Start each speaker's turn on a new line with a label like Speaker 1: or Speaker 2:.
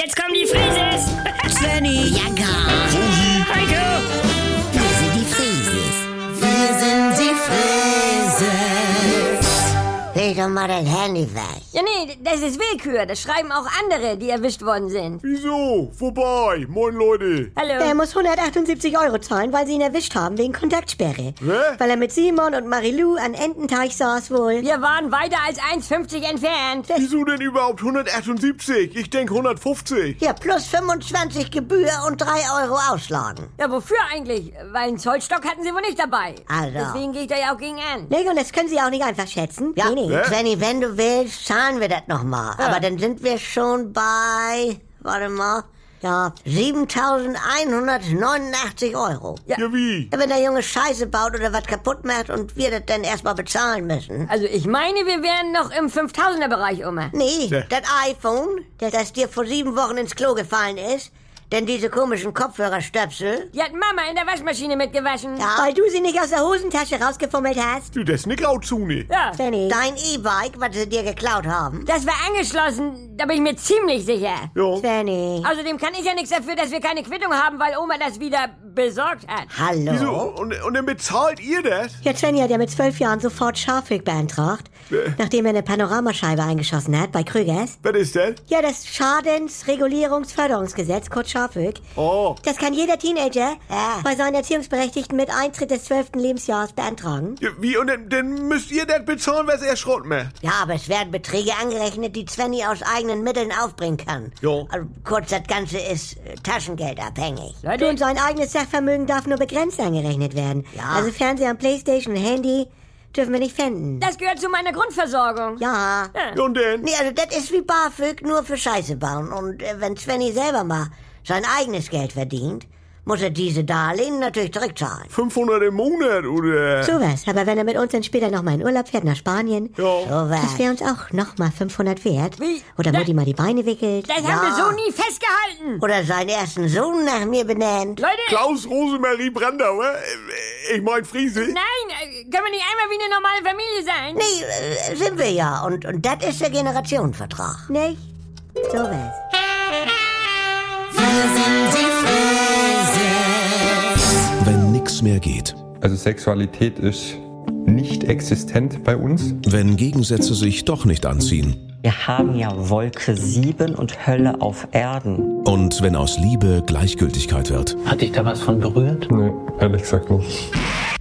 Speaker 1: Jetzt kommen die Frises!
Speaker 2: Svenny,
Speaker 3: Ja, gar.
Speaker 1: Heiko!
Speaker 3: Wir sind die Frieses. Wir sind die Frieses. Leg doch mal dein Handy weg.
Speaker 4: Ja, nee, das ist Willkür. Das schreiben auch andere, die erwischt worden sind.
Speaker 5: Wieso? Vorbei. Moin, Leute.
Speaker 2: der
Speaker 3: Ähm.
Speaker 4: Hallo.
Speaker 2: muss 178 Euro zahlen, weil sie ihn erwischt haben wegen Kontaktsperre.
Speaker 5: Hä?
Speaker 2: Weil er mit Simon und Marilou an Ententeich saß wohl.
Speaker 4: Wir waren weiter als 1,50 entfernt.
Speaker 5: Wieso denn überhaupt 178? Ich denk 150.
Speaker 2: Ja, plus 25 Gebühr und 3 Euro Aufschlagen.
Speaker 4: Ja, wofür eigentlich? Weil einen Zollstock hatten sie wohl nicht dabei.
Speaker 2: Also.
Speaker 4: Deswegen gehe ich da ja auch gegen an.
Speaker 2: Nee, und das können sie auch nicht einfach schätzen.
Speaker 3: Ja,
Speaker 2: Nee, nee.
Speaker 5: Hä?
Speaker 3: Svenny, wenn du willst, zahlen wir das nochmal. Aber dann sind wir schon bei, warte mal,
Speaker 2: Ja,
Speaker 3: 7189 Euro.
Speaker 4: Ja.
Speaker 5: Ja, wie?
Speaker 3: Wenn der Junge Scheiße baut oder was kaputt macht und wir das dann erstmal bezahlen müssen.
Speaker 4: Also, ich meine, wir wären noch im 5000er-Bereich, Oma.
Speaker 3: Nee,
Speaker 5: Ja.
Speaker 3: das iPhone, das, das dir vor sieben Wochen ins Klo gefallen ist, denn diese komischen Kopfhörerstöpsel.
Speaker 4: Die hat Mama in der Waschmaschine mitgewaschen.
Speaker 3: Ja.
Speaker 2: weil du sie nicht aus der Hosentasche rausgefummelt hast.
Speaker 5: Du, das ist eine Grauzone.
Speaker 4: Ja.
Speaker 2: Svenny.
Speaker 3: Dein E-Bike, was sie dir geklaut haben.
Speaker 4: Das war angeschlossen, da bin ich mir ziemlich sicher.
Speaker 5: Ja.
Speaker 2: Svenny.
Speaker 4: Außerdem kann ich ja nichts dafür, dass wir keine Quittung haben, weil Oma das wieder besorgt hat.
Speaker 3: Hallo.
Speaker 5: Wieso? Und, und dann bezahlt ihr das?
Speaker 2: Ja, Svenny hat ja mit zwölf Jahren sofort Schafweg beantragt,
Speaker 5: Äh.
Speaker 2: nachdem er eine Panoramascheibe eingeschossen hat bei Krügers.
Speaker 5: Was ist das?
Speaker 2: Ja, das Schadensregulierungsförderungsgesetz, kurz Schafweg.
Speaker 5: Oh.
Speaker 2: Das kann jeder Teenager
Speaker 3: Ja.
Speaker 2: bei seinen Erziehungsberechtigten mit Eintritt des zwölften Lebensjahres beantragen.
Speaker 5: Ja, wie? Und dann, dann müsst ihr das bezahlen, was er Schrott macht.
Speaker 3: Ja, aber es werden Beträge angerechnet, die Svenny aus eigenen Mitteln aufbringen kann.
Speaker 5: Jo.
Speaker 3: Also, kurz, das Ganze ist äh, taschengeldabhängig.
Speaker 2: Du
Speaker 4: Leute,
Speaker 2: und sein eigenes Sachvermögen darf nur begrenzt angerechnet werden.
Speaker 3: Ja.
Speaker 2: Also Fernseher und Playstation, Handy dürfen wir nicht pfänden.
Speaker 4: das gehört zu meiner Grundversorgung.
Speaker 3: Ja.
Speaker 5: Ja, und dann?
Speaker 3: Nee, also das ist wie BAföG, nur für Scheiße bauen. Und äh, wenn Svenny selber mal sein eigenes Geld verdient, muss er diese Darlehen natürlich zurückzahlen.
Speaker 5: 500 im Monat, oder?
Speaker 2: Sowas. Aber wenn er mit uns dann später nochmal in Urlaub fährt nach Spanien,
Speaker 5: Ja.
Speaker 3: So
Speaker 2: das
Speaker 3: was.
Speaker 2: wäre uns auch nochmal 500 wert.
Speaker 4: Wie?
Speaker 2: Oder
Speaker 4: Da-
Speaker 2: Mutti mal die Beine wickelt.
Speaker 4: Das haben wir so nie festgehalten.
Speaker 3: Oder seinen ersten Sohn nach mir benennt.
Speaker 4: Leute,
Speaker 5: Klaus Rosemarie Brandauer? Ich mein Friese.
Speaker 4: nein, äh, können wir nicht einmal wie eine normale Familie sein?
Speaker 3: Nee, äh, sind wir ja. Und, und das ist der Generationenvertrag.
Speaker 2: Nicht? Sowas.
Speaker 6: Wenn nix mehr geht.
Speaker 7: Also Sexualität ist nicht existent bei uns.
Speaker 6: Wenn Gegensätze sich doch nicht anziehen.
Speaker 8: Wir haben ja Wolke 7 und Hölle auf Erden.
Speaker 6: Und wenn aus Liebe Gleichgültigkeit wird.
Speaker 9: Hat dich da was von berührt?
Speaker 7: Nee, ehrlich gesagt nicht.